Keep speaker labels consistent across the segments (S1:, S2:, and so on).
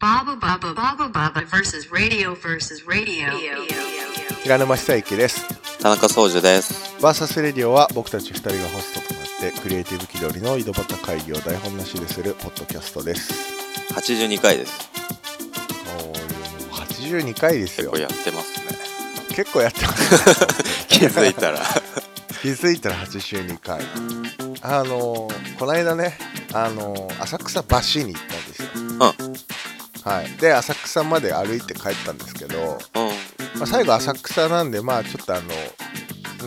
S1: Baba Baba Baba Baba versus radio versus radio.
S2: 平沼久之です
S3: 田中総樹です。
S2: バーサスレディオは僕たち2人がホストとなってクリエイティブ気取りの井戸端会議を台本なしでするポッドキャストです
S3: 82回です。
S2: もう82回です
S3: 結
S2: よ
S3: 構やってますね。
S2: 結構やってます
S3: 気づい たら。
S2: 気づいたら82回あのーこの間ねあのー浅草橋に行ったんですよはい、で浅草まで歩いて帰ったんですけど、
S3: うん。
S2: まあ、最後浅草なんでまあちょっとあの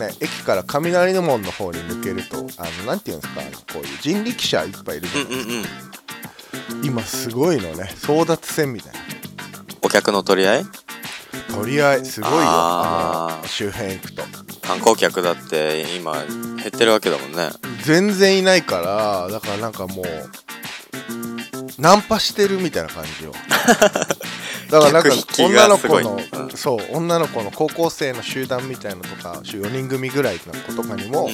S2: ね駅から雷の門の方に抜けるとあのなんていうんですかあのこういう人力車いっぱいいるじゃない
S3: うんうんうん。
S2: 今すごいのね争奪戦みたい
S3: お客の取り合い
S2: な取り合いすごいよ
S3: あ
S2: あ
S3: ー
S2: の周辺行くと
S3: 観光客だって今減ってるわけだもんね。
S2: 全然いないからだからなんかもうナンパしてるみたいな感 じよだからなんか
S3: 客引きが
S2: 女の子の
S3: すごいうん
S2: そう女の子の高校生の集団みたいのとか4人組ぐらいの子とかにも「
S3: う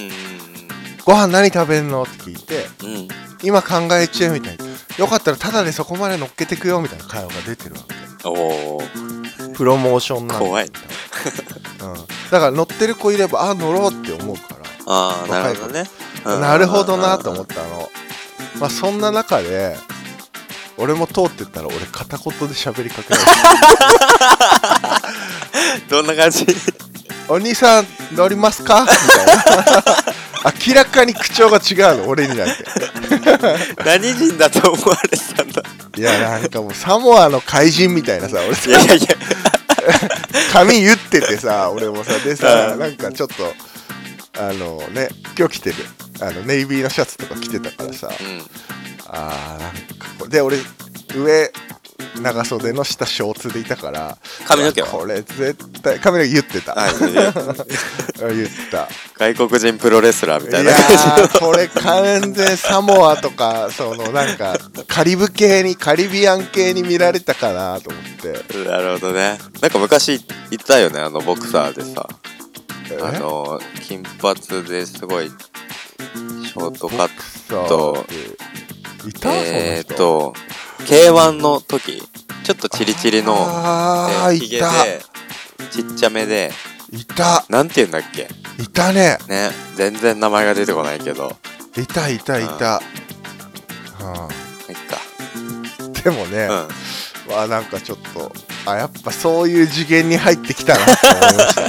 S2: ご飯何食べんの?」って聞いて
S3: んうんうん。うん。
S2: 「今考え中」みたいな「よかったらただでそこまで乗っけてくよ」みたいな会話が出てるわけ
S3: おお。
S2: プロモーションなんだ
S3: 怖い
S2: みたいなうん、だから乗ってる子いればあ乗ろうって思うか
S3: ああ、なるほどね。
S2: らなるほどなと思
S3: っ
S2: ったの、まあ、そんな中で俺も通ってったら俺片言で喋りかけられた
S3: て。どんな 感じ
S2: お兄さん乗りますかみたいな明らかに口調が違うの俺になんて
S3: 何人だと思われてたんだ。
S2: いやなんかもうサモアの怪人みたいなさ俺
S3: いやいやいや。
S2: 髪言ってて さ俺もさでさ
S3: うん
S2: なんかちょっとあのね今日着てるあのネイビーのシャツとか着てたからさあーなんかこれで俺上長袖の下ショーツでいたから
S3: 髪の毛は
S2: これ絶対髪の毛言ってた、
S3: うん。はい。
S2: 言ってた
S3: 外国人プロレスラーみたい
S2: い
S3: な
S2: や
S3: 感じ。
S2: ーこれ完全サモアとかそのなんかカリブ系にカリビアン系に見られたかなと思って
S3: なるほどね。なんか昔いたよね、あのボクサーでさ。あの、金髪ですごい、ショートカッ
S2: そう
S3: ト。
S2: いた、
S3: え
S2: そ
S3: ーっ
S2: の人
S3: と、K1 の時、ちょっとチリチリの、
S2: あー
S3: えー
S2: い
S3: ヒゲ
S2: た
S3: で、ちっちゃめで、
S2: いた
S3: なんて言うんだっけ
S2: いたね
S3: ね、全然名前が出てこないけど、
S2: いたいたいた、
S3: いっか。
S2: うん、でもね、
S3: うん。
S2: まあなんかちょっとあやっぱそういう次元に入ってきたなって思いました、
S3: キ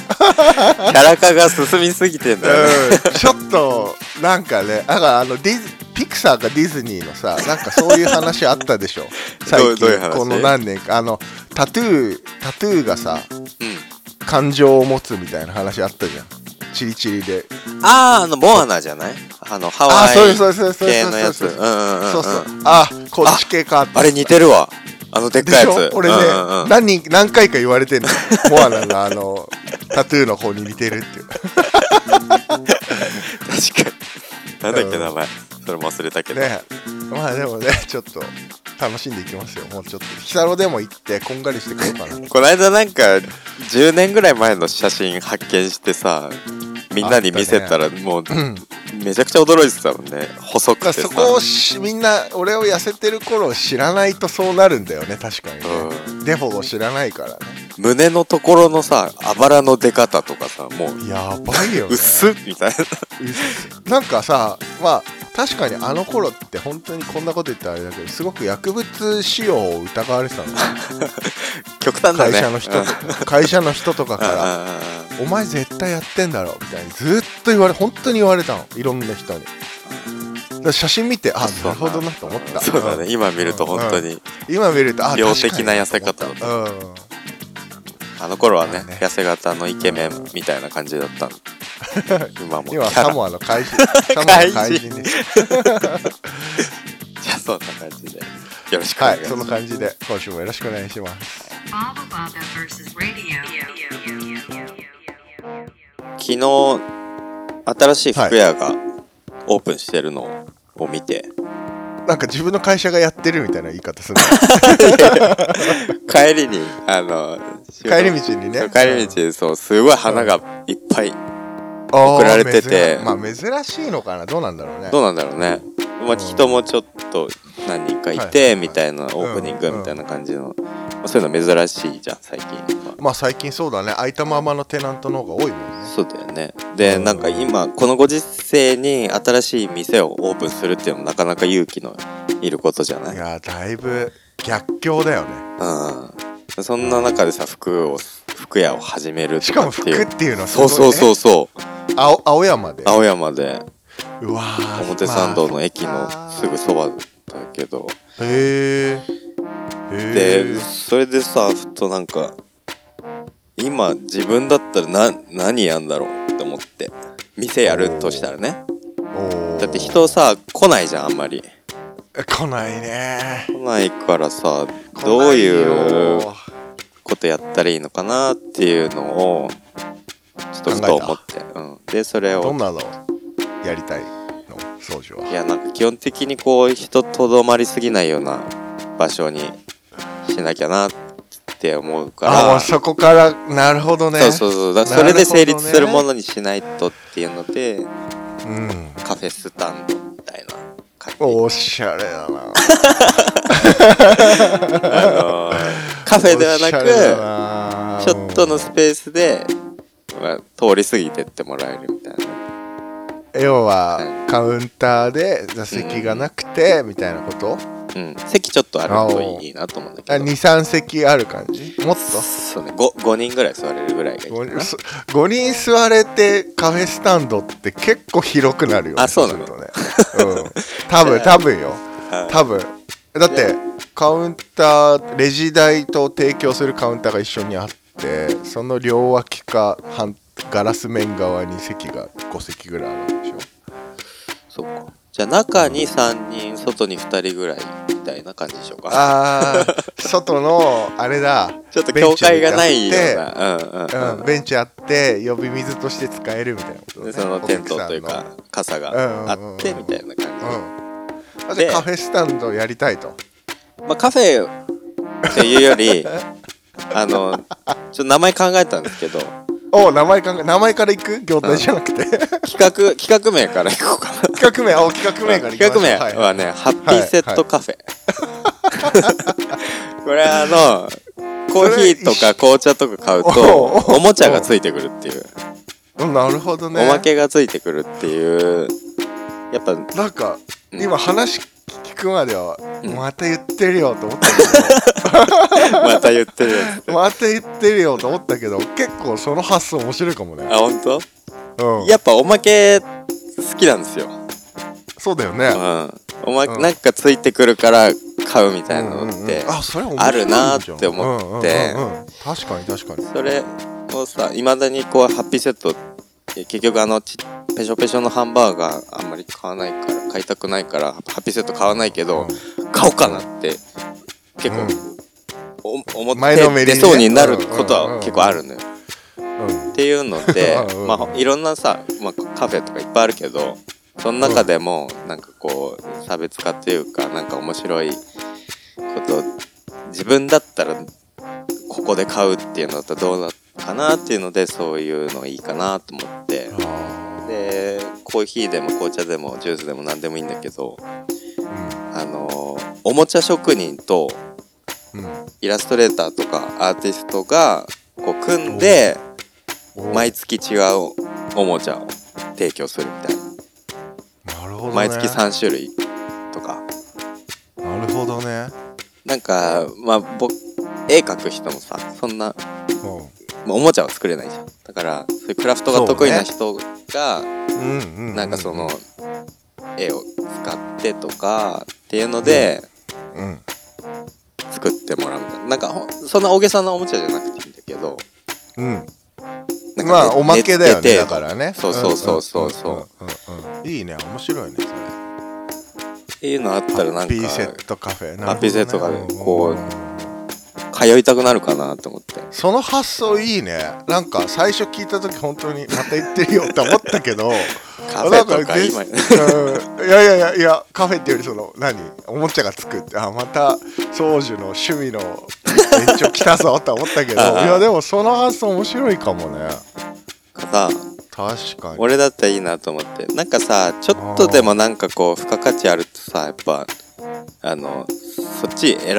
S3: ャラ化が進みすぎてんだよね。
S2: うん、ちょっとなんかねだからあのディズピクサーかディズニーのさなんかそういう話あったで しょ最
S3: どうどういう
S2: 近
S3: 話
S2: この何年かあのタトゥータトゥーがさ
S3: うん。
S2: 感情を持つみたいな話あったじゃんチリチリで
S3: あー、あの、モアナじゃないあの、ハ
S2: あ
S3: ワイ
S2: そうそうそうそう
S3: 系
S2: そうそ
S3: のや
S2: う
S3: つ。
S2: そううん
S3: うんうんん。
S2: そうそうあこっち系かって
S3: あれ似てるわ。あのでっ
S2: で
S3: かい
S2: し
S3: やつ
S2: ょ。俺ね、
S3: う んうんうん
S2: 何人何回か言われてんのモアナがあのタトゥーの方に似てるっていう
S3: 確かに。なんだっ
S2: う
S3: け、
S2: ん
S3: 名前。それも忘れたけど。
S2: ねまあでもねちょっと楽しんでいきますよもうちょっと日サロでも行ってこんがりしてこようかな
S3: この間なんか、10年ぐらい前の写真発見してさ、みんなに見せたら、もう、
S2: うん
S3: めちゃくちゃ驚いてたもんね。細く
S2: だから
S3: てさ。
S2: そこをしみんな俺を痩せてる頃を知らないとそうなるんだよね確かにね、デフォを知らないからね
S3: 胸のところのさ、あばらの出方とかさ、もう、
S2: やばいよね
S3: 薄っみたいな。
S2: 薄なんかさまあ確かにあの頃って本当にこんなこと言ったらあれだけどすごく薬物使用を疑われてたの、
S3: 極端だ
S2: 会
S3: ね。
S2: 社の人とか会社の人とか
S3: うんうん
S2: か
S3: うん
S2: ら「お前絶対やってんだろ」みたいにずっと言われ本当に言われたのいろんな人に。だから写真見てあなるほどなと思った
S3: そうだね。今見ると本当に、
S2: 今見るとあ
S3: 量的な痩せ
S2: 確か
S3: 方だ
S2: に
S3: っ
S2: と
S3: た。
S2: 思ったうん
S3: あの頃はね
S2: そうだね、
S3: 痩せ型のイケメンみたいな感じだった の。今もキャ
S2: 今
S3: ラ。
S2: サモアの怪 人サモアの怪人です
S3: じゃあそんな感じで。よろしくお
S2: は
S3: 願い
S2: い
S3: し
S2: そ
S3: ま
S2: の
S3: す。
S2: 感じで今週もよろしくお願いします
S1: Baba Baba versus radio.
S3: 昨日、新しい服屋がオープンしてるのを見て、
S2: なんか自分の会社がやってるみたいな言い方するの
S3: 帰りに、あの、
S2: 帰り道にね
S3: そう帰り道でそう、すごい花がいっぱい。
S2: 送
S3: られてて
S2: まあ珍しいのかなどうなんだろうね
S3: どうなんだろうね。まあ、人もちょっと何人かい
S2: はいは
S3: て
S2: い
S3: みたいなオープニングみたいな感じの、まあそういうの珍しいじゃん最近は
S2: まあ最近そうだね空いたままのテナントの方が多いもんね
S3: そうだよねでなんか今このご時世に新しい店をオープンするっていうのもなかなか勇気のいることじゃない
S2: いやだいぶ逆境だよね
S3: うんそんな中でさ服を服屋を始める
S2: し
S3: と
S2: か
S3: か
S2: も
S3: って
S2: 服
S3: いう
S2: っていうのはすご
S3: そ
S2: いうね
S3: そうそうそう
S2: 青青山で
S3: 青山で
S2: うわー
S3: 表参道の駅
S2: ま
S3: の
S2: あ
S3: すぐそばだけど
S2: へえへ
S3: で
S2: え
S3: それでさふとなんか今自分だったらな何やんだろうって思って店やるとしたらねだって人さ来ないじゃんあんまり
S2: 来ないね
S3: 来ないからさ
S2: 来
S3: どう
S2: ないよ
S3: いうことやったらいいのかなっていうのをちょっとふと思って、うん、でそれ
S2: ど
S3: を
S2: んなのやりたいの掃除
S3: い
S2: は
S3: やなんか基本的にこう人とどまりすぎないような場所にしなきゃなって思うから
S2: あもうそこからなるほどね
S3: そうそうそうだ
S2: なる
S3: そ
S2: ほど
S3: れ
S2: ね
S3: で成立するものにしないとっていうので、
S2: うん
S3: カフェスタンドみたいな感じ、
S2: おしゃれだ な
S3: あのーカフェでは
S2: おしゃれだ
S3: な
S2: な
S3: くちょっとのスペースで、まあ、通り過ぎてってもらえるみたいな
S2: 要
S3: は
S2: はカウンターで座席がなくてみたいなこと
S3: うん席ちょっとあるといいなと思うんだけど
S2: 23席ある感じもっと
S3: そうね 5, 5人ぐらい座れるぐらいがいいかな
S2: 5人座れてカフェスタンドって結構広くなるよね
S3: あそうなの
S2: するとね、うん、多分多分よ
S3: はい
S2: 多分だってカウンターレジ台と提供するカウンターが一緒にあってその両脇か半ガラス面側に席が5席ぐらいあるんでしょ
S3: そうかじゃあ中に3人外に2人ぐらいみたいな感じでしょうか
S2: あー外のあれだ
S3: ちょっと境界がないよ
S2: ベンチみた
S3: う
S2: いな
S3: なうんうん
S2: うん、ベンチあって呼び水として使えるみたいなことね
S3: でそのテントというか傘があって
S2: うん
S3: み
S2: うん
S3: たいな感
S2: お
S3: じ
S2: 客さ、んのうんあ
S3: で
S2: でカフェスタンドやりたいと
S3: まあ、カフェっていうより あのちょっと名前考えたんですけど
S2: お名前考え名前から行く業態じゃなくて
S3: 企画企画名からいこうか な
S2: 企画名お企画名から行きましょう
S3: 企画名
S2: はい
S3: はね、ハッピーセットカフェ、これあのコーヒーとか紅茶とか買うと
S2: おうおう
S3: おもちゃがついてくるってい
S2: う
S3: う、
S2: んなるほどね
S3: おまけがついてくるっていうやっぱ
S2: なんか
S3: うん
S2: 今話聞くまでは
S3: うん
S2: また言ってるよと思ったけ
S3: また言ってるやつ
S2: どまた言ってるよと思ったけど結構その発想面白いかもね
S3: あ本当
S2: うん
S3: やっぱおまけ好きなんですよ、
S2: そうだよね
S3: うんおま
S2: うん
S3: なんかついてくるから買うみたいなのって、
S2: うんうんうんあそれ面白い
S3: あるなーって思って
S2: うんうんうんうん確かに確かに
S3: それをさいまだにこうハッピーセットえ結局あのちペショペショのハンバーガーあんまり買わないから買いたくないからハッピーセット買わないけど、買おうかなって結構、お思っ
S2: 前のめ
S3: て
S2: り
S3: 出
S2: にね
S3: そうになること
S2: うんうんうんう
S3: は
S2: ん
S3: 結構あるのよ。
S2: うんうん
S3: っていうので
S2: うんうん
S3: まあ、いろんなさ、まあ、カフェとかいっぱいあるけどその中でもなんかこう差別化というかなんか面白いこと自分だったらここで買うっていうのだったらどうだかなっていうのでそういうのいいかなと思って
S2: あ
S3: でコーヒーでも紅茶でもジュースでも何でもいいんだけど
S2: ー
S3: あのおもちゃ職人と
S2: うんうん
S3: イラストレーターとかアーティストがこう組んで
S2: お
S3: 毎月違うおもちゃを提供するみたいな、
S2: なるほどね
S3: 毎月3種類とか
S2: なるほどね
S3: なんかまあ僕絵描く人もさそんな、
S2: う
S3: まあおもちゃは作れないじゃんだからそういうクラフトが得意な人が、
S2: んうんうんうん
S3: なんかその絵を使ってとかっていうので
S2: うん
S3: 作ってもらうみたいななんかほんそんな大げさなおもちゃじゃなくていいんだけど
S2: うん
S3: なん
S2: ま
S3: かね
S2: あおまけだよ
S3: 寝て
S2: ね
S3: て
S2: だからね
S3: そうそうそうそうそうん
S2: うんうんうんいいね面白いねそれ
S3: っていうのあったら
S2: ハ
S3: なん
S2: ッ
S3: か
S2: ピーセットカフェなるほどね
S3: ハッピーセットカフェこう
S2: ん
S3: ん
S2: ん
S3: 通いたくなるかなと思って
S2: その発想いいねなんか最初聞いた時本当にまた言ってるよって思ったけど
S3: カフェとか
S2: 全
S3: 今
S2: うんいやいやいやいやカフェっていうよりその何おもちゃがつくってあまた宗樹の趣味の延長来たぞと思ったけどい
S3: ああ
S2: やでもその発想面白いかもね
S3: さ
S2: 確かに
S3: 俺だったらいいなと思ってなんかさちょっとでもなんかこう付加価値あるとさやっぱあのそっち選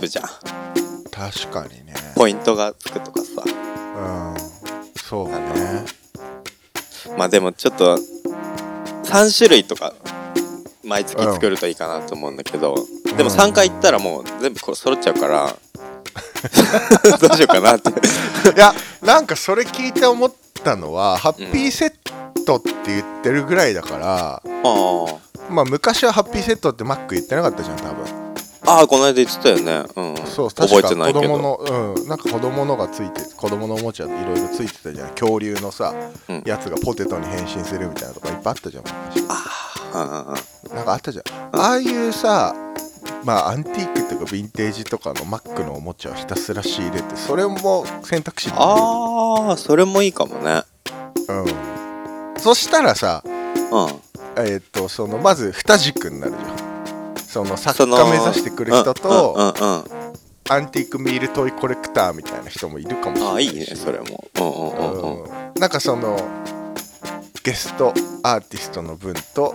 S3: ぶじゃん
S2: 確かにね
S3: ポイントがつくとかさ
S2: うんそう
S3: あの
S2: ね
S3: まあでもちょっと3種類とか毎月作るといいかなと思うんだけど、でも3回行ったらもう全部これ揃っちゃうから どうしようかなっ て
S2: いやなんかそれ聞いて思ったのはハッピーセットって言ってるぐらいだから、
S3: あ
S2: まあ昔はハッピーセットってマック言ってなかったじゃん多分
S3: ああこの間言ってたよね、うん、
S2: そう確
S3: 覚え
S2: か
S3: てな
S2: 子
S3: いけど
S2: 供のうんなんか子供のがついて子供のおもちゃいろいろついてたじゃん恐竜のさ、
S3: うん
S2: やつがポテトに変身するみたいなとかいっぱいあったじゃん昔
S3: うんうんうん
S2: なんかあったじゃんああいうさまあアンティークとかヴィンテージとかのマックのおもちゃをひたすら仕入れてそれも選択肢に入
S3: ああそれもいいかもね
S2: れるうんそしたらさ
S3: うん
S2: えーっとそのまず二軸になるじゃんその作
S3: その
S2: 家目指してくる人と、
S3: うんうんうん
S2: アンティークミールトイコレクターみたいな人もいるかもしれない
S3: ああいいね
S2: し
S3: それもうんうんうんうん
S2: うんなんかそのゲストアーティストの分と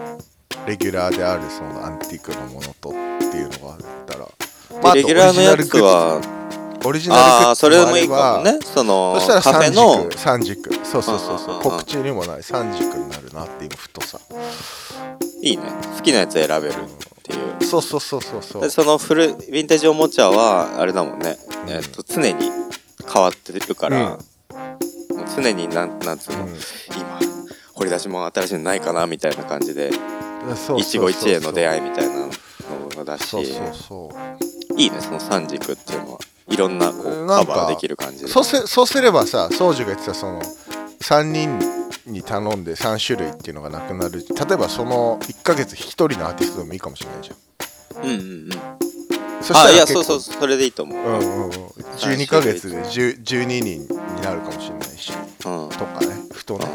S2: レギュラーであるそのアンティークのものとっていうのがあったら、まあ、
S3: でレギュラーのやつは
S2: あとオリジナルグッズ
S3: ああーそれもいいかも
S2: あれば
S3: ねその
S2: そしたら
S3: カフェ
S2: 3
S3: の
S2: 軸三軸そうそうそう
S3: うん
S2: そううん
S3: うん
S2: 告知にもない3軸になるなって今ふとさ
S3: いいね好きなやつ選べるっていう
S2: そうそうそうそうそう
S3: でその古いヴィンテージおもちゃはあれだもんね、
S2: うん
S3: えっと常に変わってるから、もう常になんなんつうの、
S2: うん
S3: 今掘り出しも新しいのないかなみたいな感じで
S2: そうそうそうそう
S3: 一期一会の出会いみたいなのだし
S2: そうそうそう
S3: いいねその三軸っていうのはいろんなこう
S2: な
S3: カ
S2: んか
S3: バーできる感じで
S2: そうすそうすればさ宗樹が言ってたその3人に頼んで3種類っていうのがなくなる例えばその1ヶ月1人のアーティストでもいいかもしれないじゃん
S3: うんうんうん
S2: そした
S3: あ
S2: ら
S3: いや
S2: 結
S3: そ
S2: 構
S3: うそうそれでいいと思う、
S2: うんうんうん12ヶ月で10 12人になるかもしれないし
S3: うん
S2: とかねふとね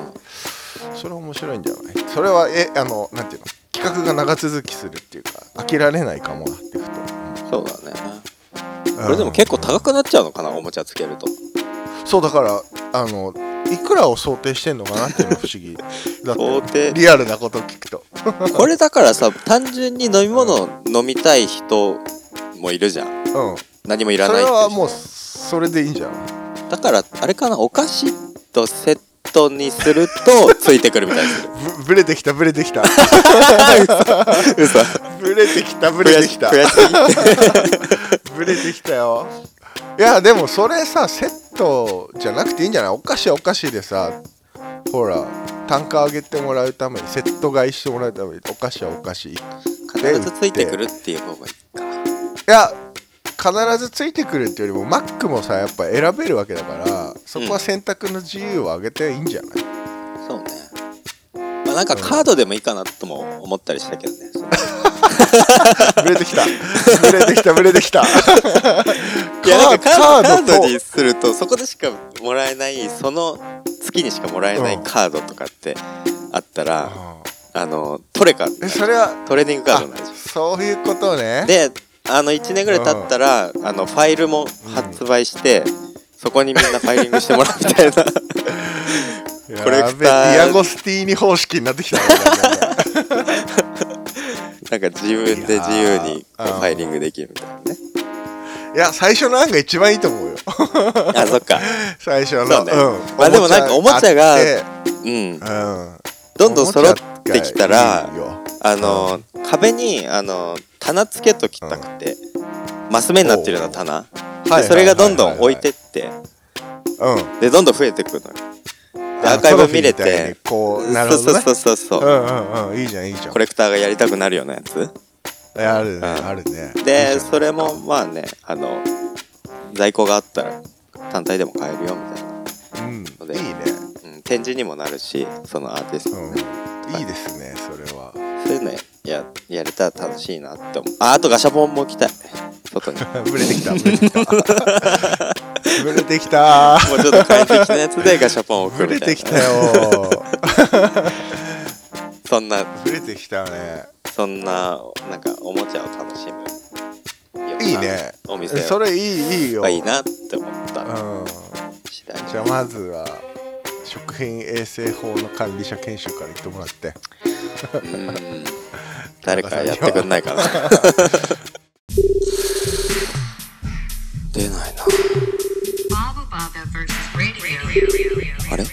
S2: それ面白いんじゃないそれはえあのなんていうの企画が長続きするっていうか飽きられないかもなってふと
S3: そうだね
S2: うん
S3: これでも結構高くなっちゃうのかなおもちゃつけると
S2: そうだからあのいくらを想定してんのかなっていうのが不思 議だって
S3: 想定
S2: リアルなことを聞くと
S3: これだからさ単純に飲み物飲みたい人もいるじゃん
S2: うん
S3: 何もいらな
S2: そ
S3: いっ
S2: れ
S3: て
S2: はもうそれでいいんじゃん
S3: だからあれかなお菓子とセットにするとついてくるみたい でする
S2: ぶぶれてきたぶれて きた
S3: 嘘
S2: ぶれてきたぶ
S3: 悔
S2: れて
S3: し
S2: きた
S3: 悔しい
S2: ぶれてきたよいやでもそれさセットじゃなくていいんじゃないお菓子はお菓子でさほら単価上げてもらうためにセット買いしてもらうためにお菓子はお菓子い
S3: 必ずついてくるっていう方がいいか
S2: や必ずついてくるっていうよりもマックもさやっぱ選べるわけだからそこは選択の自由を上げていいんじゃない、
S3: そうねまあなんかカードでもいいかなとも思ったりしたけどね
S2: ぶれてきたぶれてきたぶれてきた
S3: いやなんかカードカー
S2: と
S3: ドにするとそこでしかもらえないその月にしかもらえな
S2: う
S3: い
S2: ん
S3: カードとかってあったら、
S2: あー
S3: あのトレカ
S2: えそれは
S3: トレーニングカードなんで
S2: あ
S3: すよ
S2: そういうことね
S3: であの1年ぐらい経ったら、あのファイルも発売して、そこにみんなファイリングしてもらうみたいな コレ
S2: やべ
S3: クター
S2: ディアゴスティーニ方式になってきたね
S3: なんか自分で自由にこ
S2: い
S3: うフ
S2: やー
S3: ァイリングできるみたいなね
S2: いや最初の案が一番いいと思うよ
S3: あそっか
S2: 最初の
S3: そうね
S2: ん
S3: まあでもなんかおもちゃが
S2: あって
S3: うん
S2: うん
S3: どんどん揃ってきたら
S2: おもちゃがいいよ
S3: あの壁にあの棚つけときたくて、マス目になってるような棚
S2: はいはいはいはい
S3: でそれがどんどん置いてって
S2: うん
S3: でどんどん増えてくのよで
S2: あ
S3: アーカイブ見れ
S2: トロフィーみたいに
S3: て
S2: こうなるほどね
S3: そうそうそうそう
S2: う
S3: そう、
S2: んうんうんいいじゃんいいじゃん
S3: コレクターがやりたくなるようなやつ
S2: いやあるね
S3: うん
S2: あるねいい
S3: で
S2: じゃん
S3: それもまあねあの在庫があったら単体でも買えるよみたいな、
S2: うん
S3: で
S2: いいね
S3: うん、展示にもなるしそのアーティストのね、
S2: うんいいですねそれは
S3: そういうのややれたら楽しいなって思うああとガシャポンも来たい外にも
S2: ぶれてきたぶれてきたぶれてき た
S3: うちょっと快適なやつでガシャポンを送
S2: ぶ
S3: るみ
S2: れ
S3: たい
S2: て
S3: な
S2: きたよ
S3: そんな
S2: ぶれてきたね
S3: そんななんかおもちゃを楽しむようない
S2: いね
S3: お店
S2: それいいいいよ
S3: がいいなって思った
S2: うん
S3: 次第
S2: じゃあまずは食品衛生法の管理者研修から言ってもらって
S3: うん誰かやってくんないかな出ないな
S1: Baba Baba versus radio.
S3: あれ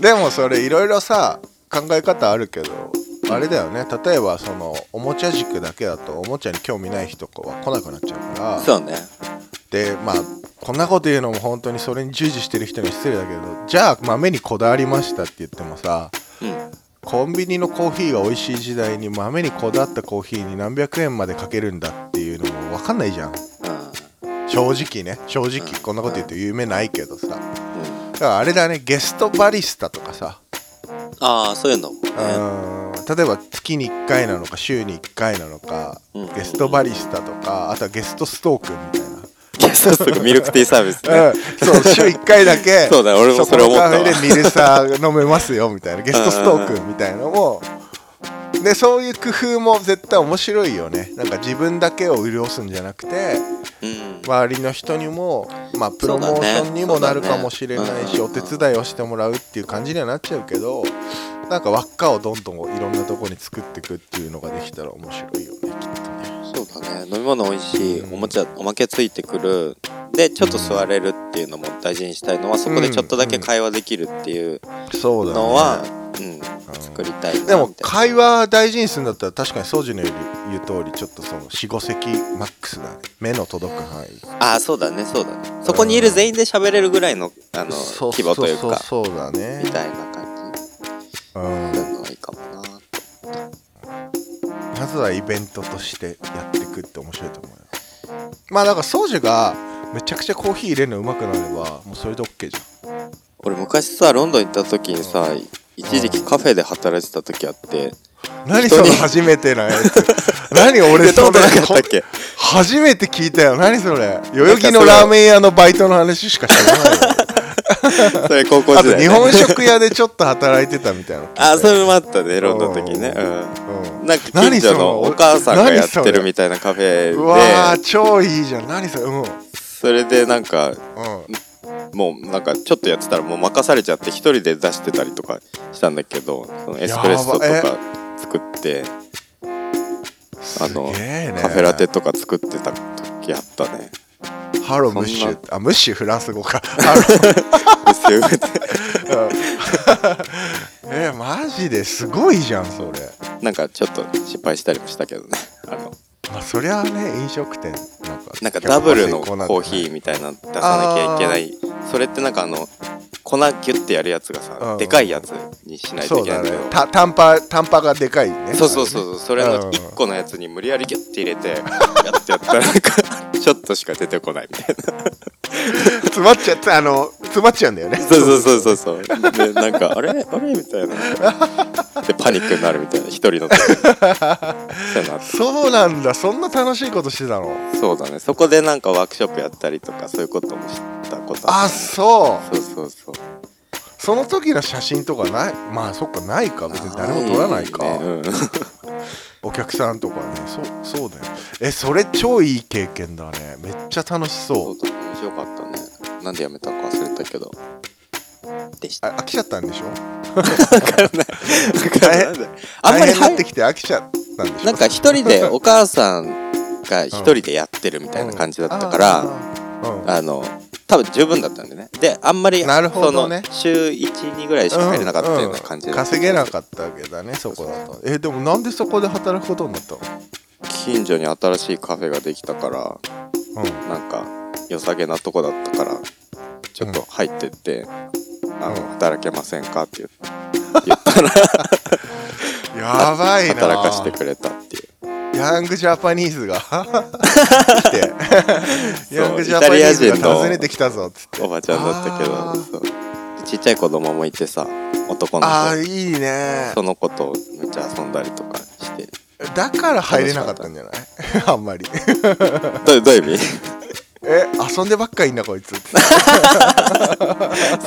S2: でもそれいろいろさ考え方あるけどあれだよね例えばそのおもちゃ軸だけだとおもちゃに興味ない人は来なくなっちゃうから
S3: そうね
S2: でまあこんなこと言うのも本当にそれに従事してる人には失礼だけどじゃあ豆にこだわりましたって言ってもさ
S3: うん
S2: コンビニのコーヒーが美味しい時代に豆にこだわったコーヒーに何百円までかけるんだっていうのも分かんないじゃん
S3: あ
S2: 正直ね正直こんなこと言うと夢ないけどさだか
S3: ーうん
S2: らあれだねゲストバリスタとかさ
S3: あーそういうのもね
S2: うん例えば月に1回なのか週に1回なのか
S3: うん
S2: ゲストバリスタとかあとはゲストストークみたいな
S3: ゲストストックミルクティーサービスね
S2: うん、そう週1回だけ
S3: そうだね俺もそれ思ったわ
S2: このカフェでミルサー飲めますよみた いなゲストストークみたいなのもでそういう工夫も絶対面白いよねなんか自分だけを潤すんじゃなくて
S3: うん
S2: 周りの人にも、まあ、プロ
S3: そうだね
S2: モーションにもなるかもしれないし、
S3: そう
S2: お
S3: だね
S2: 手伝いをしてもらうっていう感じにはなっちゃうけどなんか輪っかをどんどんいろんなとこに作っていくっていうのができたら面白いよねきっとね。
S3: そうだね飲み物美味しいおもちゃおまけついてくるでちょっと座れるっていうのも大事にしたいのはそこでちょっとだけ会話できるっていう
S2: そうだね
S3: のは、うん
S2: うん
S3: 作りたいな
S2: でも
S3: みたい
S2: 会話大事にするんだったら確かに宗司の言う通りちょっとその45席マックスだね目の届く範囲
S3: なあーそうだねそうだねそこにいる全員で喋れるぐらいのあの規模というか
S2: そうそうだね
S3: みたいな感じ
S2: うん
S3: なのがいいかもな
S2: まずはイベントとしてやっていくって面白いと思うよまあだから宗司がめちゃくちゃコーヒー入れるのうまくなればもうそれで OK じ
S3: 俺昔さロンドン行った時にさ一時期カフェで働いてた時あって
S2: ゃん何
S3: 人
S2: そ
S3: に
S2: の初めてなや つ何俺
S3: 言った
S2: そ
S3: こ
S2: れ
S3: となかったっけ
S2: 初めて聞いたよ何そ れ代々木のラーメン屋のバイトの話しか知らないよ
S3: それ高校
S2: あ
S3: 時代、
S2: と日本食屋でちょっと働いてたみたいな
S3: あそれもあったねロンドンの時ねうん
S2: うん
S3: なんか近所のお母さんがやってるみたいなカフ
S2: うわ
S3: ェ
S2: ー
S3: で
S2: 超いいじゃん何それうん、うん、
S3: それでなんか
S2: あ
S3: もうなんかちょっとやってたらもう任されちゃって一人で出してたりとかしたんだけどそのエスプレッソと
S2: やば
S3: か作ってあのカフェラテとか作ってた時あったね。
S2: ハロー
S3: そ
S2: ム
S3: んな
S2: ッシュあムッシュフランス語かハロ
S3: ですよね
S2: ーうんえマジですごいじゃんそれ
S3: なんかちょっと失敗したりもしたけどねあの
S2: まあそりゃあね飲食店なんか
S3: なんかダブルの
S2: 100%
S3: コ
S2: 成功なんて
S3: ーヒーみたいなの出さなきゃいけないそれってなんかあの粉ギュッてやるやつが
S2: うんう
S3: さ
S2: ん
S3: でかいやつにしないと
S2: そ
S3: いうけな
S2: だ
S3: いんだ
S2: ね
S3: けど
S2: た短波短波がでかいね
S3: そうそうそうそうそれ
S2: う
S3: の
S2: ん
S3: 1個のやつに無理やりギュッて入れてやってやったらなんかちょっとしか出てこないみたい
S2: 詰まっちゃってあの詰まっちゃうんだよね
S3: なそうそうそうそうそうでなんかあれあれみたいなでパニックになるみたいな一人の時そういうのあった
S2: そうなんだそんな楽しいことしてたの
S3: そうだねそこでなんかワークショップやったりとかそういうこともしたこと
S2: あそう
S3: そうそうそう
S2: その時の写真とかないまあそっかないか別に誰も撮らないか、
S3: ねうん
S2: お客さんとかねそうそうだよえそれ超いい経験だねめっちゃ楽し
S3: そ
S2: そう
S3: うだね面白かったねなんでやめたか忘れたけどでした
S2: あ飽きちゃったんでしょ大変
S3: あんまり
S2: 大変にな
S3: 入
S2: ってきて飽きちゃったんでしょ
S3: なんか一人でお母さんが一人でやってるみたいな感じだったから、
S2: うんうん
S3: あの多分十分だったんでねであんまり
S2: なるほどね
S3: その週12ぐらいしか入れなかったような感じ
S2: う
S3: で、
S2: ん稼げなかったわけだねそこだとえでもなんでそこで働くことになったの
S3: 近所に新しいカフェができたから
S2: うん
S3: なんか良さげなとこだったからちょっと入ってって、あ
S2: うん
S3: の働けませんかって言言ったら
S2: やばいな
S3: 働かしてくれたっていう
S2: ヤングジャパニー ズが来て
S3: そう
S2: ヤングジャパニーズが訪ねてきたぞっつって
S3: おばちゃんだったけ
S2: あ
S3: ど
S2: ー
S3: そうちっちゃい子供もいてさ男の
S2: ああ
S3: 子
S2: いいね
S3: その子とめっちゃ遊んだりとかして
S2: だから入れなかったんじゃない あんまり
S3: どうどういう 意味
S2: え遊んでばっかいんだこいつ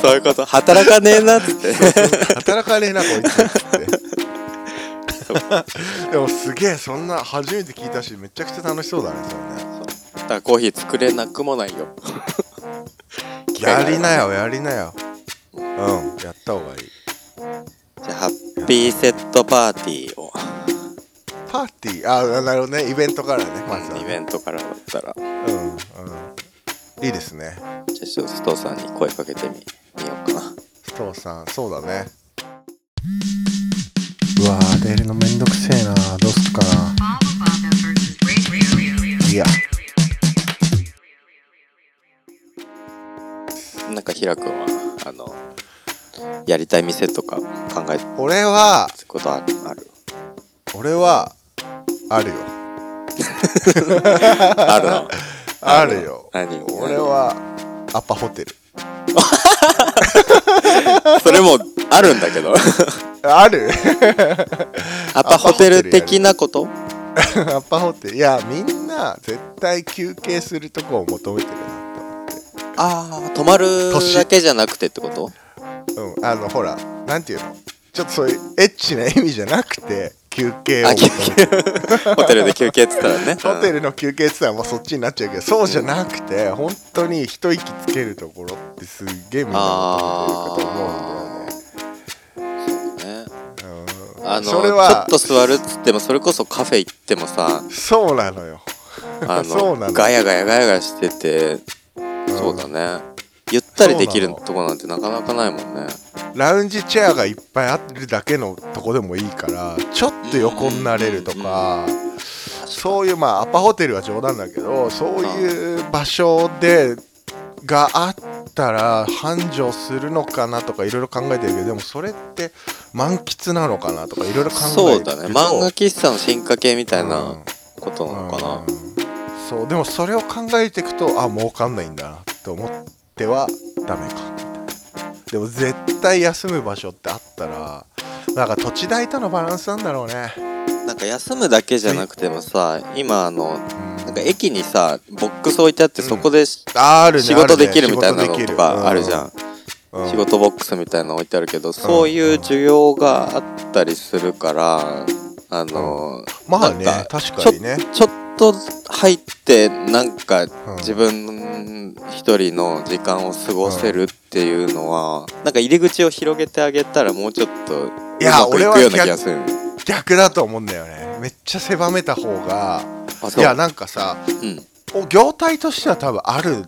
S3: そういうこと働かねえなっつって
S2: 働かねえなこいつ ってでもすげえそんな初めて聞いたしめちゃくちゃ楽しそうだねそれね
S3: だからコーヒー作れなくもないよ機会があ
S2: や
S3: れ
S2: り
S3: ば
S2: なよやりなようんやった方がいい
S3: じゃあハッピーセットパーティーを
S2: パーティーああなるほどねイベントからねまずは
S3: イベントからだったら
S2: うん、うん、いいですね
S3: じゃあちょっとストーさんに声かけてみみようかな
S2: ストーンさんそうだねうわー出るのめんどくせえなどうすっかな
S1: Baba Baba versus Radio.
S2: Yeah.
S3: なんかひらくんはあのやりたい店とか考えた
S2: 俺は
S3: ことあるある
S2: 俺はあるよ
S3: あるの
S2: あるよ
S3: 何
S2: 俺はアパホテル
S3: それもあるんだけ ど
S2: ある
S3: アパホテル的なこと
S2: アパホテルいやみんな絶対休憩するとこを求めてるなって思って
S3: ああ泊まる
S2: 年
S3: だけじゃなくてって こと
S2: うん、あのほらなんていうのちょっとそういうエッチな意味じゃなくて休憩を
S3: あ
S2: 求
S3: 休
S2: めて
S3: 憩ホテルで休憩っつったらね
S2: ホテ
S3: ル
S2: ルの休憩って言ったらもうそっちになっちゃうけどそうじゃなくて本当に一息つけるところってすっげえみんな求めてるかと思うんだよね
S3: ね
S2: うん
S3: あの
S2: それは
S3: ちょっと座るっつってもそれこそカフェ行って もさ
S2: そうなのよ
S3: あ
S2: そうな
S3: の
S2: の
S3: ガヤガヤガヤガヤしててそうだねゆったりできる
S2: そうなの
S3: とこなんてなかなかないもんね
S2: ラウンジチェアがいっぱいあるだけのとこでもいいからちょっと横になれるとかそういうまあアパホテルは冗談だけどそういう場所でがあったら繁盛するのかなとかいろいろ考えてるけどでもそれって満喫なのかなとかいろいろ考えてると
S3: そうだね漫画喫茶の進化系みたいなことなのかな、
S2: うんそうでもそれを考えていくとあ儲かんないんだなと思ってはダメかみたいなでも絶対休む場所ってあったらなんか土地代とのバランスなんだろうね、
S3: なんか休むだけじゃなくてもさ今あ
S2: う
S3: の
S2: ん
S3: なんか駅にさボックス置いてあってそこでし
S2: あるね
S3: 仕事でき
S2: あ
S3: るみたいなの
S2: 仕事でき
S3: と
S2: る
S3: かあるじゃん
S2: うん
S3: 仕事ボックスみたいなの置いてあるけどそういう需要があったりするからあの
S2: まあね
S3: なんか
S2: 確かにね
S3: ちょっと入ってなんか
S2: うん
S3: 自分一人の時間を過ごせるっていうのはなんか入り口を広げてあげたらもうちょっとう
S2: いや
S3: まくいくよう
S2: 俺は
S3: な気がする
S2: 逆だと思うんだよねめっちゃ狭めた方が
S3: あそ
S2: いうやなんかさ
S3: うん
S2: お業態としては多分ある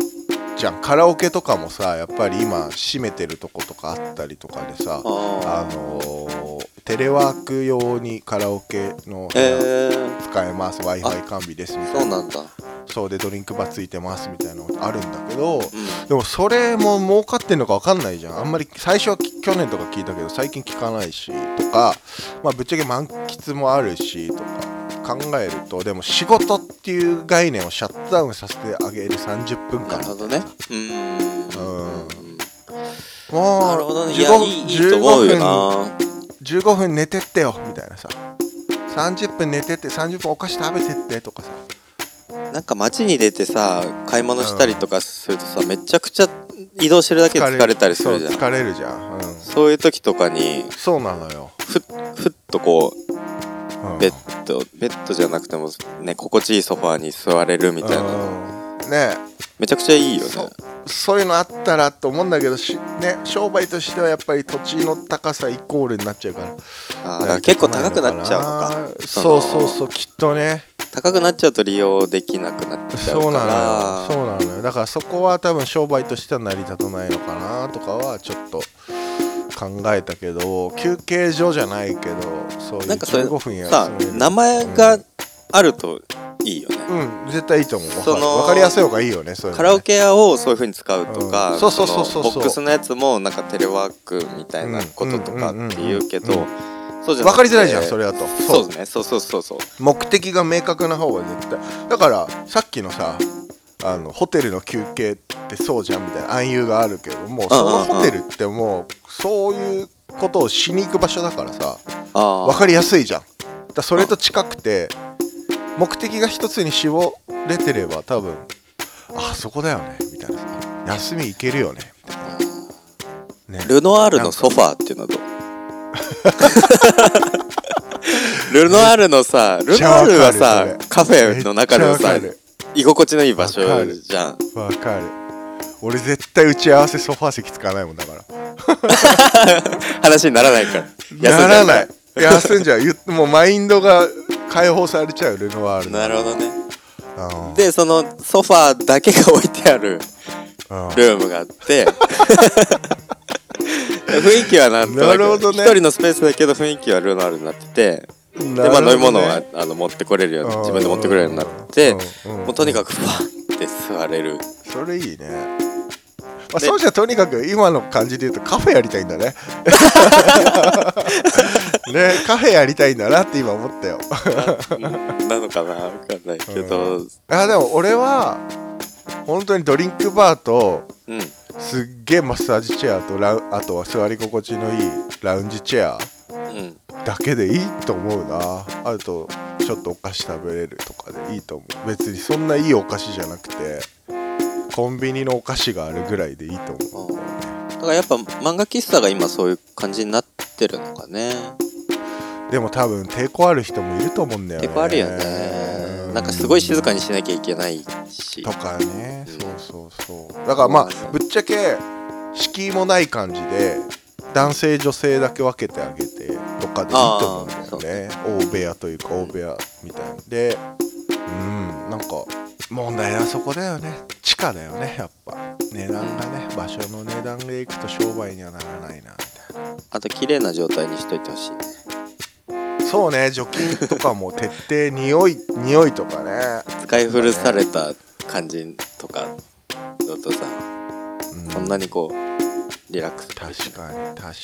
S2: じゃんカラオケとかもさやっぱり今閉めてるとことかあったりとかでさあ
S3: あー
S2: のーテレワーク用にカラオケの部
S3: え
S2: 屋
S3: ー
S2: 使えます、w i f i 完備ですみた
S3: そう
S2: いな
S3: なんだ
S2: そうでドリンクバーついてますみたいなのあるんだけど
S3: うん
S2: でもそれも儲かってんのか分かんないじゃんあんまり最初はき去年とか聞いたけど最近聞かないしとか、まあ、ぶっちゃけ満喫もあるしとか考えるとでも仕事っていう概念をシャットダウンさせてあげる30分間
S3: なるほどね。う
S2: うん
S3: ーん。なる
S2: も
S3: ほ
S2: う
S3: どね。いや、
S2: 15
S3: いいいいと思うよな。
S2: 15分寝てってよみたいなさ30分寝てって30分お菓子食べてってとかさ
S3: なんか街に出てさ、買い物したりとかするとさ、めちゃくちゃ移動してるだけで疲れたりするじゃ。
S2: そうん疲れるじゃん、うん、
S3: そういう時とかに、
S2: そうなのよ、
S3: ふっ、ふっとこう、
S2: うん
S3: ベッド、ベッドじゃなくてもね、心地いいソファーに座れるみたいな。
S2: うんね
S3: めちゃくちゃいいよ
S2: そ
S3: ね
S2: う。そういうのあったらと思うんだけどし、ね、商売としてはやっぱり土地の高さイコールになっちゃうから
S3: あーだから結構高くなっちゃうの
S2: な
S3: か
S2: ん。かそうそう
S3: う。
S2: そうきっとね
S3: 高くなっちゃうと利用できなくなっちゃう
S2: そ
S3: か
S2: うなのよ
S3: ら。
S2: そうなのよだからそこは多分商売としては成り立たないのかなとかはちょっと考えたけど休憩所じゃないけどそういう
S3: なんかそれ
S2: 15分や
S3: さ
S2: 休める
S3: 名前があるといいよね、
S2: うん絶対いいと思うわかる
S3: その
S2: わかりやすい方がいいよねそういうのね
S3: カラオケ屋をそういう風に使うとか、
S2: うんそうそうそうそうそう
S3: のボックスのやつもなんかテレワークみたいなこととかって言うけど、
S2: うんうん
S3: そうじゃな
S2: 分
S3: くて
S2: かりづらいじゃんそれだと
S3: そうですねそうそうそうそう
S2: 目的が明確な方が絶対だからさっきのさあのホテルの休憩ってそうじゃんみたいな暗喩があるけどもうそのホテルってもうそういうことをしに行く場所だからさ
S3: あ
S2: 分かりやすいじゃんだからそれと近くて目的が一つに絞れてれば多分あそこだよねみたいなさ休み行けるよねみたいなね
S3: ルノアールのソファーっていうのはどうルノアールのさルノアールはさ
S2: めっちゃわかるそれ
S3: カフェの中
S2: め
S3: のさ
S2: っちゃわかる
S3: 居心地のいい場所
S2: わかる
S3: じゃん
S2: わかる俺絶対打ち合わせソファー席使わないもんだから
S3: 話にならないから休んじゃう
S2: ならない休んじゃうゆもうマインドが解放されちゃうルノワールの
S3: なるほどね
S2: うん
S3: でそのソファーだけが置いてある
S2: うん
S3: ルームがあって 雰囲気はなんと
S2: な
S3: な
S2: るほ
S3: く
S2: ど
S3: 一、
S2: ね
S3: 人のスペースだけど雰囲気はルームあるようになってて、
S2: なる
S3: でまあ
S2: ほどね
S3: 飲み物はあの持ってこれるように自分で持ってくれるようになって、
S2: うんうん
S3: もうとにかくファンって座れる
S2: それいいね、まあ、そうじゃとにかく今の感じで言うとカフェやりたいんだねねカフェやりたいんだなって今思ったよ
S3: なのかなわかんないけど、うん
S2: あでも俺は本当にドリンクバーとすっげえマッサージチェアとラウあとは座り心地のいいラウンジチェア
S3: うん、
S2: だけでいいと思うなあとちょっとお菓子食べれるとかでいいと思う別にそんないいお菓子じゃなくてコンビニのお菓子があるぐらいでいいと思う
S3: だからやっぱ漫画喫茶が今そういう感じになってるのかね
S2: でも多分抵抗ある人もいると思うんだよね
S3: 結構あるよね、なんかすごい静かにしなきゃいけないし
S2: とかね
S3: うん
S2: そうそうそうだからまあぶっちゃけ敷居もない感じで男性女性だけ分けてあげてとかでいいと思うんだよね大部屋というか大部屋みたいなでうんなんか問題はそこだよね地価だよねやっぱ値段がね場所の値段でいくと商売にはならないなみたい
S3: あと綺麗な状態にしといてほしいね
S2: なそうね除菌とかも徹底匂い 匂いとかね
S3: 使い古された感じとかだとさ
S2: うん
S3: こんなにこうリラックス
S2: 確かに確かに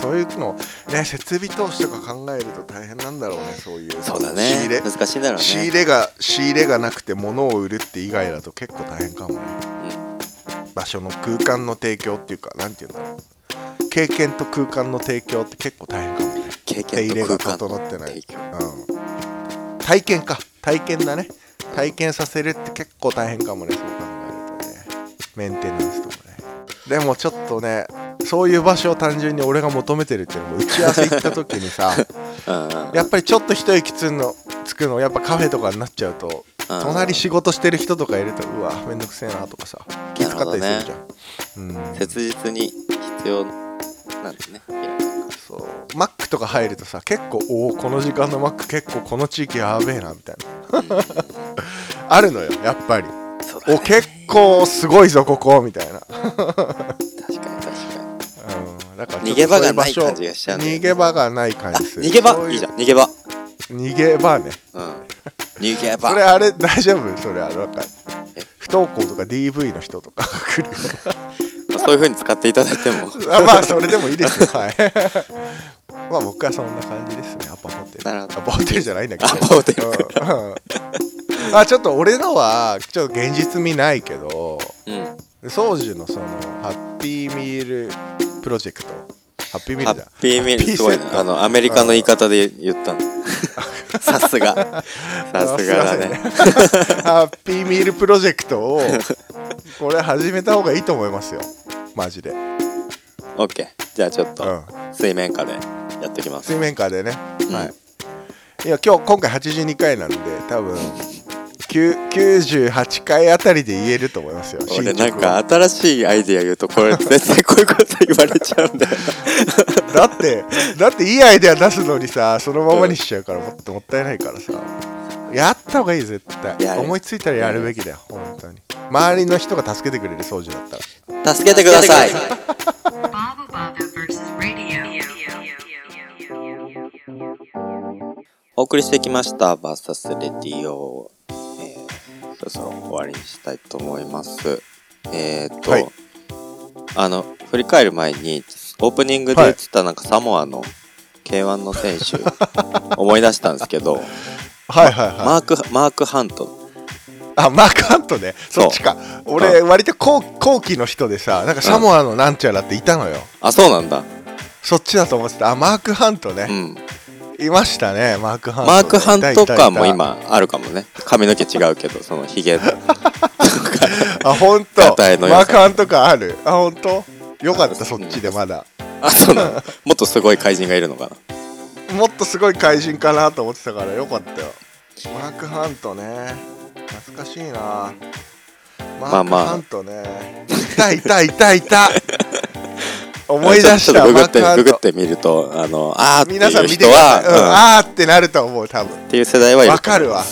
S2: そういうのね設備投資とか考えると大変なんだろうねそういう
S3: そうだ
S2: 仕入
S3: ね
S2: れ
S3: 難しいんだろうね
S2: 仕入れが仕入れがなくて物を売るって以外だと結構大変かもね場所の空間の提供っていうかなんていうんだろう経験と空間の提供って結構大変かもね
S3: 経
S2: 手
S3: 験
S2: 入れ
S3: と
S2: が
S3: 空間
S2: 整って
S3: の
S2: ない
S3: 提供
S2: うん、体験か体験だね体験させるって結構大変かもねそう考えるとねメンテナンスとかねでもちょっとねそういう場所を単純に俺が求めてるっていうのも打ち合わせ行った時に さ
S3: うんうん
S2: やっぱりちょっと一息つんのつくのやっぱカフェとかになっちゃうと
S3: うん
S2: 隣仕事してる人とかいるとうわめんどくせえなとかさ気遣ったりするじゃん、うん
S3: 切実に必要なんだね
S2: そうマックとか入るとさ結構おおこの時間のマック結構この地域やべえなみ たいなあるのよやっぱり
S3: そうだね
S2: お結構すごいぞここみたいな、
S3: 確かに確か
S2: うん、だから
S3: 逃げ場がない
S2: ちょっとそうう場所
S3: 感じがしちゃうんだよね
S2: 逃げ場がない感じする
S3: に逃げ場いいじゃん逃げ場
S2: ん逃げ場ね
S3: うん逃げ
S2: それ
S3: 場
S2: あれ大丈夫それあのなんか
S3: え
S2: 不登校とか DV の人とか来る
S3: そういう風に使っていただいても
S2: あ まあそれでもいいです よはいまあ僕はそんな感じですねアパホテル
S3: なる
S2: ア
S3: ほど
S2: パホテルじゃないんだけど
S3: アパホテル
S2: うんうんあちょっと俺のはちょっと現実味ないけど
S3: うん
S2: 宗樹のそのハッピーミールプロジェクトハッピーミー
S3: ハ
S2: ルだ
S3: ッピーミールすごい
S2: ハッピーセッ
S3: な
S2: ト
S3: あのアメリカの言い方で言 ったのさすがさすがだね
S2: あすいませんねハッピーミールプロジェクト をこれ始めた方がいいと思いますよマジで、う
S3: オッケーじゃあちょっと
S2: ん、
S3: 水面下でやってきます
S2: 水面下でね、
S3: うん
S2: はいいや今日今回82回なんで多分9 98回あたりで言えると思いますよ
S3: 俺
S2: 進
S3: なん
S2: 捗
S3: か
S2: は
S3: 新しいアイディア言う とこれ絶対こういうこと言われちゃうんだよ
S2: だってだっていいアイデア出すのにさそのままにしちゃうからもっともったいないからさやった方がいいよ絶
S3: や
S2: 対
S3: る
S2: 思いついたらやるべきだよ本当に周りの人が助けてくれる掃除だったら
S3: 助けてください
S1: Baba Baba versus radio.
S3: お送りしてきましたバーサスレディオ、えー、そろそろ終わりにしたいと思いますえー、っと、
S2: はい
S3: あの振り返る前にオープニングで言ってたなんかサモアの K1 の 選手思い出したんですけど
S2: はいはいはい、
S3: マークマークハント
S2: あマーク・ハントね
S3: そう
S2: そっちか俺割と後後期の人でさなんかサモアのなんちゃらっていたのよ、
S3: あそうなんだ
S2: そっちだと思ってたあマーク・ハントね、
S3: うん
S2: いましたね、マークハント。
S3: マークハント感も
S2: いたいた。
S3: 今あるかもね髪の毛違うけどそのヒ ゲ
S2: あ、本当。マ
S3: 硬いのよ
S2: ークハント感ある。あ、本当。よかっ
S3: あ
S2: た、そっちでまだ。
S3: あそうなのもっとすごい怪人がいるのかな
S2: もっとすごい怪人かなと思ってたから、よかったよ。マークハントね。懐かしいな。マ
S3: あ
S2: ーク
S3: まあ
S2: ハントね。いたいたいたいた。思い出し
S3: ちょ
S2: た。
S3: っ
S2: マ
S3: とググ
S2: ー
S3: って
S2: クハ
S3: グ
S2: ン
S3: グっ
S2: ト。
S3: てみるとあのあーって
S2: 皆さん
S3: いう
S2: 見てく
S3: 人
S2: ださい。うん
S3: は、うん
S2: あーってなると思う、多分。
S3: っていう世代はいる
S2: わかるわ。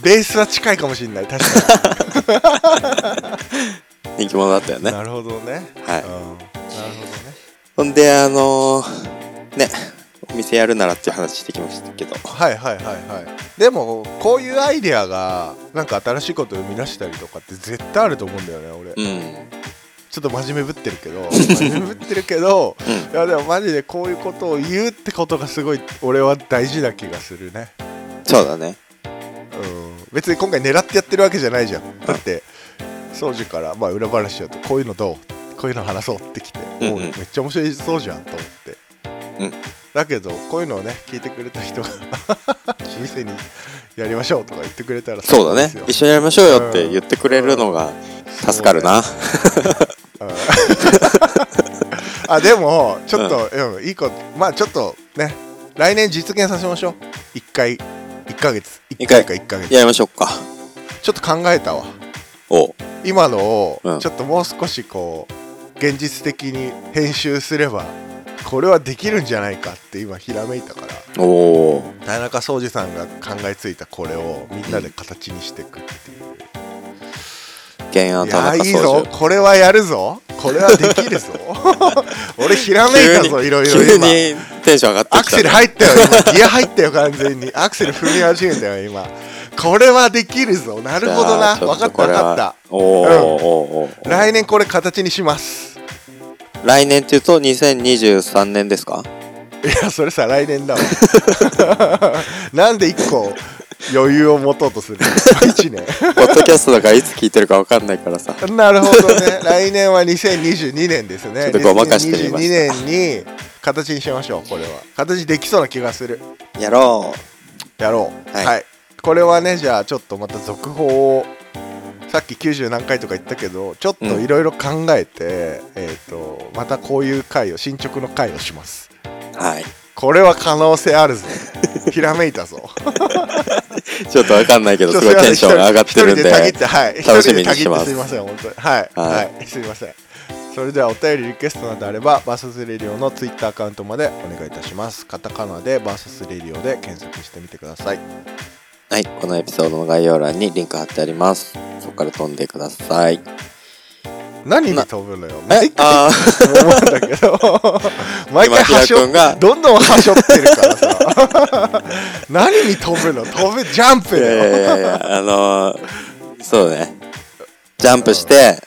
S2: ベースは近いかもしれない確か
S3: 人気者だったよ
S2: に
S3: ね。
S2: なるほどね
S3: は
S2: う
S3: い
S2: ん、なるほどね
S3: ほんで、あのーね、お店やるならっていう話してきましたけど。
S2: はいはいはいはいでもこういうアイデアがなんか新しいことを生み出したりとかって絶対あると思うんだよね俺、
S3: うん。うん。
S2: ちょっと真面目ぶってるけど真面目ぶってるけどいやでもマジでこういうことを言うってことがすごい俺は大事な気がするね
S3: そうだね。
S2: うん別に今回狙ってやってるわけじゃないじゃんだって宗樹から、まあ、裏話だとこういうのどうこういうの話そうってきて、
S3: うんうん
S2: おうめっちゃ面白いそうじゃんと思って、
S3: うん
S2: だけどこういうのをね聞いてくれた人が 店にやりましょうとか言ってくれたら
S3: そうだね
S2: ですよ。
S3: 一緒にやりましょうよって言ってくれるのが助かるな。
S2: うんあでもちょっと、うんいいことまあちょっとね来年実現させましょう一回一ヶ月一回か一ヶ月
S3: やりましょうか。
S2: ちょっと考えたわ
S3: おう
S2: 今のを
S3: うん
S2: ちょっともう少しこう現実的に編集すればこれはできるんじゃないかって今ひらめいたから
S3: おー
S2: 田中壮司さんが考えついたこれをみんなで形にしていくっていう、
S3: 原案
S2: い
S3: 田
S2: や
S3: 中
S2: いい
S3: 総
S2: ぞこれはやるぞこれはでき るぞ俺ひらめいた
S3: 司。
S2: ぞいろいろ
S3: 急
S2: 今
S3: にテンション上がってきた。
S2: アクセル入ったよ今ギア入ったよ完全にアクセル踏み始めたよ今これはできるぞなるほどな
S3: じゃあ
S2: 分
S3: ち
S2: か
S3: ょ
S2: っ
S3: ったとこ
S2: 分
S3: れ
S2: か
S3: は
S2: った
S3: おーおーおーおー
S2: 来年これ形にします
S3: 来年っていうと2023年で すか
S2: いやそれさ来年 だわなんで一個余裕を持とうとするの一年
S3: ポッドキャストだからいつ聞いてるかわかんないからさ。
S2: なるほどね来年は2022年ですね
S3: ちょっとごまかしてみました
S2: 2022年に形にしましょうこれは形できそうな気がする
S3: やろ
S2: やろうは、
S3: はいい
S2: これはねじゃあちょっとまた続報をさっき90何回とか言ったけどちょっといろいろ考えて、えっ、とまたこういう回を進捗の回をします
S3: う。はい。
S2: これは可能性あるぞひらめいたぞ
S3: ちょっとわかんないけど、
S2: ちょ
S3: す
S2: っと
S3: ごいテンションが上がっ
S2: 一
S3: てる
S2: 人
S3: んで。
S2: でたぎって、はい、一人
S3: 楽しみ
S2: で
S3: に
S2: たぎっ
S3: してます
S2: すいません、本当に。はい、は、
S3: はい
S2: すいません。それではお便りリクエストなどあれば、バーサスレディオのツイッターアカウントまでお願いいたします。カタカナでバーサスレディオで検索してみてください。
S3: はい、このエピソードの概要欄にリンク貼ってあります。そこから飛んでください。
S2: 何に飛ぶのよ
S3: え
S2: 毎回
S3: あ
S2: 思うんだけ ど、毎回はし
S3: 今平
S2: ょ
S3: 君が
S2: どんどんはしょってるからさ。 何に飛ぶの飛ぶジャンプ
S3: ー、いやい
S2: だよ。
S3: やいやいや、あのー、そうね。ジャンプして、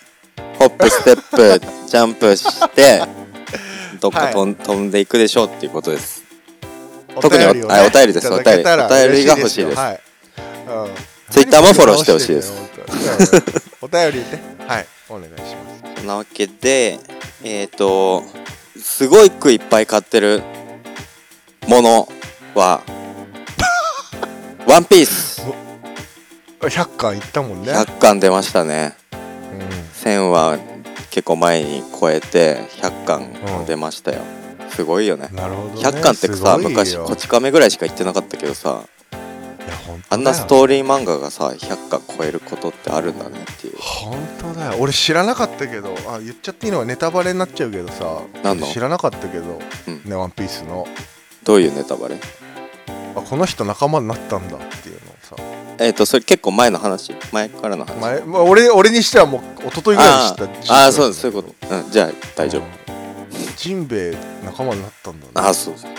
S3: ホップ、ステップ、ジャンプして、どっか飛ん,、飛んでいくでしょうっていうことです。特にお
S2: をね
S3: はいお便りです
S2: いただけたら
S3: お便りお便り
S2: 嬉
S3: が
S2: よ
S3: 欲しいです
S2: はい。うん
S3: Twitter もフォローしてほしいです
S2: 本当に。うんお便りで、はい、お願いします。
S3: そんなわけで、えっ、と、すごい句いっぱい買ってるものは、ワンピース
S2: 100巻いったもんね。
S3: 100巻出ましたね。
S2: うん
S3: 1000は結構前に超えて100巻も出ましたよ、すごいよね
S2: なるほどね。
S3: 100巻ってさ
S2: すごいよ
S3: 昔こち亀ぐらいしか言ってなかったけどさ
S2: いや本当だよ
S3: あんなストーリー漫画がさ100巻超えることってあるんだねっていう
S2: 本当だよ俺知らなかったけどあ言っちゃっていいのはネタバレになっちゃうけどさ
S3: 何の
S2: 知らなかったけど、
S3: うん
S2: ね「ワンピースの
S3: どういうネタバレ
S2: あこの人仲間になったんだっていうのをさ
S3: えっ、とそれ結構前の話前からの話
S2: 前、まあ、俺俺にしてはもう一昨日ぐらいに知った事実
S3: あーあ
S2: なんだけ
S3: ー
S2: ど
S3: そうですそういうこと、うん、じゃあ大丈夫、
S2: うんジンベエ仲間になったんだ
S3: あ
S2: ね
S3: あそうそう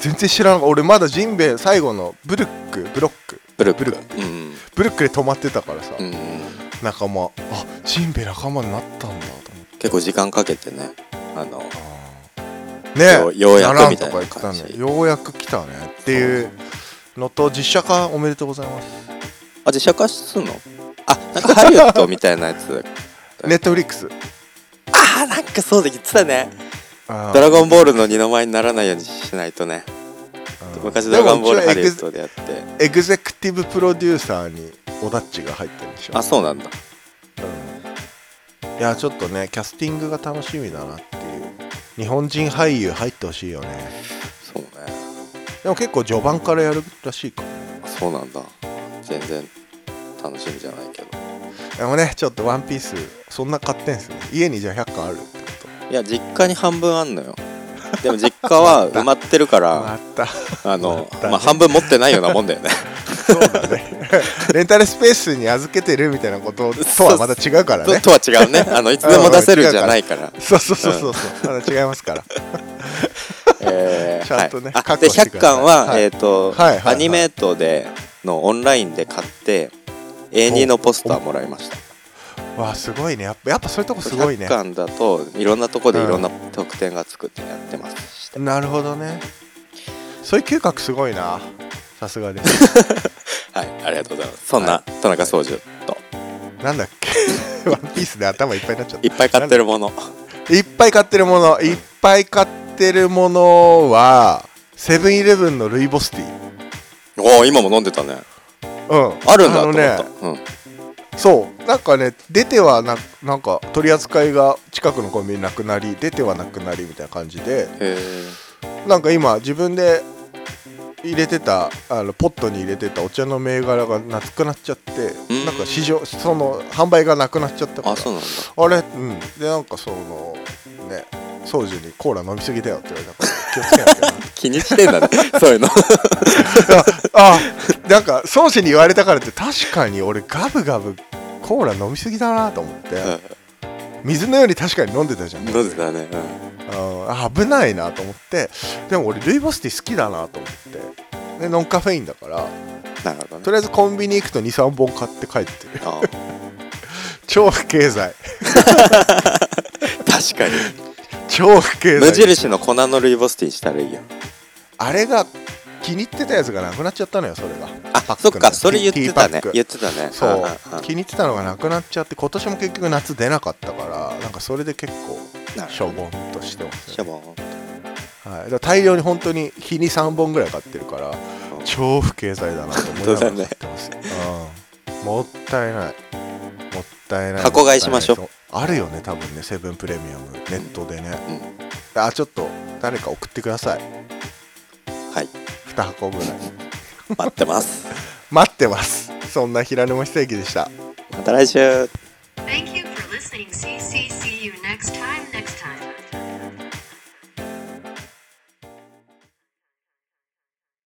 S2: 全然知らん俺まだジンベエ最後のブルックブロック
S3: ブルック
S2: ブル
S3: うん
S2: ブルックで止まってたからさ、
S3: うん、
S2: 仲間あジンベエ仲間になったんだと思って
S3: 結構時間かけてねあの
S2: ね
S3: ようようやく
S2: ならん
S3: みたい
S2: とか言
S3: な
S2: ってた
S3: 感
S2: ね
S3: じ
S2: ようやく来たねっていうのと実写化おめでとうございます
S3: あ実写化すんのあなんかハリウッドみたいなやつ
S2: ネットフリックス
S3: あーなんかそうで言ってたね
S2: ド
S3: ドラゴンボールの二の舞にならないようにしないとね昔ドラゴンボールハリウッドでやって
S2: エグゼクティブプロデューサーにオダッチが入ってるんでしょ
S3: あそうなんだ
S2: うんいやちょっとねキャスティングが楽しみだなっていう日本人俳優入ってほしいよね
S3: そうね
S2: でも結構序盤からやるらしいから
S3: あそうなんだ全然楽しみじゃないけど
S2: でもねちょっと「ワンピースそんな買ってんすね家にじゃあ100巻あるってこと
S3: いや実家に半分あんのよでも実 家は埋まってるから
S2: また
S3: あの
S2: またね
S3: まあ半分持ってないようなもんだよね
S2: そうだねレンタルスペースに預けてるみたいなこととはまた違うからね
S3: ととは違うねあのいつでも出せるじゃないから
S2: そうそうそうそうそうまだ違いますから
S3: えー
S2: ちゃんとね
S3: はいあ
S2: 確
S3: で
S2: 保してくだ
S3: 100
S2: さい
S3: 巻は、
S2: はい
S3: えっ、と、
S2: はいはいはい
S3: アニメートでのオンラインで買って A2 のポスターもらいました
S2: わあすごいねやっぱやっぱそういうとこすごいね
S3: 100巻だといろんなとこでいろんな特典がつくってやってますした、
S2: なるほどねそういう嗅覚すごいなさすがです
S3: はいありがとうございますそんな、田中総司と
S2: なんだっけワンピースで頭いっぱいになっちゃった
S3: いっぱい買ってるもの
S2: いっぱい買ってるものいっぱい買ってるものはセブンイレブンのルイボスティー
S3: おお今も飲んでたね
S2: うん
S3: あるんだ
S2: の
S3: と思った、
S2: ねそうなんかね出てはななんか取り扱いが近くのコンビニなくなり出てはなくなりみたいな感じで
S3: うん、へえ
S2: なんか今自分で入れてたあのポットに入れてたお茶の銘柄がなくなっちゃって
S3: うん
S2: なんか市場その販売がなくなっちゃったから
S3: あそうなんだ
S2: あれうんでなんかそのね掃除にコーラ飲みすぎだよって言われたから気をつけなきゃな
S3: 気にしてん だねそういうの
S2: ああなんか孫子に言われたからって確かに俺ガブガブコーラ飲みすぎだなと思って、水のように確かに飲んでたじゃん
S3: 飲んでたね、
S2: あ危ないなと思ってでも俺ルイボスティー好きだなと思ってでノンカフェインだから
S3: うん、なるほど
S2: とり
S3: ね
S2: あえずコンビニ行くと23本買って帰ってる
S3: あ
S2: 超不経済
S3: ー確かに
S2: 超不経
S3: 無
S2: 済
S3: 印の粉のルイボスティーしたらいいよ
S2: あれが気に入ってたやつがなくなっちゃったのよそれが
S3: あ
S2: ック
S3: そ
S2: の
S3: っかそれ言っ
S2: ティ
S3: て
S2: ーパ
S3: た
S2: ッ
S3: ね
S2: ク
S3: 言ってたね
S2: そ
S3: んん
S2: う気に入ってたのがなくなっちゃって今年も結局夏出なかったからなんかそれで結構
S3: なる
S2: しょぼんとしてます、
S3: しょ
S2: ね
S3: ぼん
S2: はい、だから大量に本当に日に3本ぐらい買ってるから
S3: ん
S2: 超不経済だなと思いながら
S3: 本当だ
S2: 買
S3: ね
S2: ってます、うん、もったいないもったいない
S3: 箱買いしましょう
S2: もったいないあるよね多分ねセブンプレミアムネットでね、
S3: うん
S2: あちょっと誰か送ってください
S3: はい
S2: 2箱ぐらい
S3: 待ってます
S2: 待ってますそんな平沼久之でした
S3: また来週
S1: Thank you for listening. CCC you next time.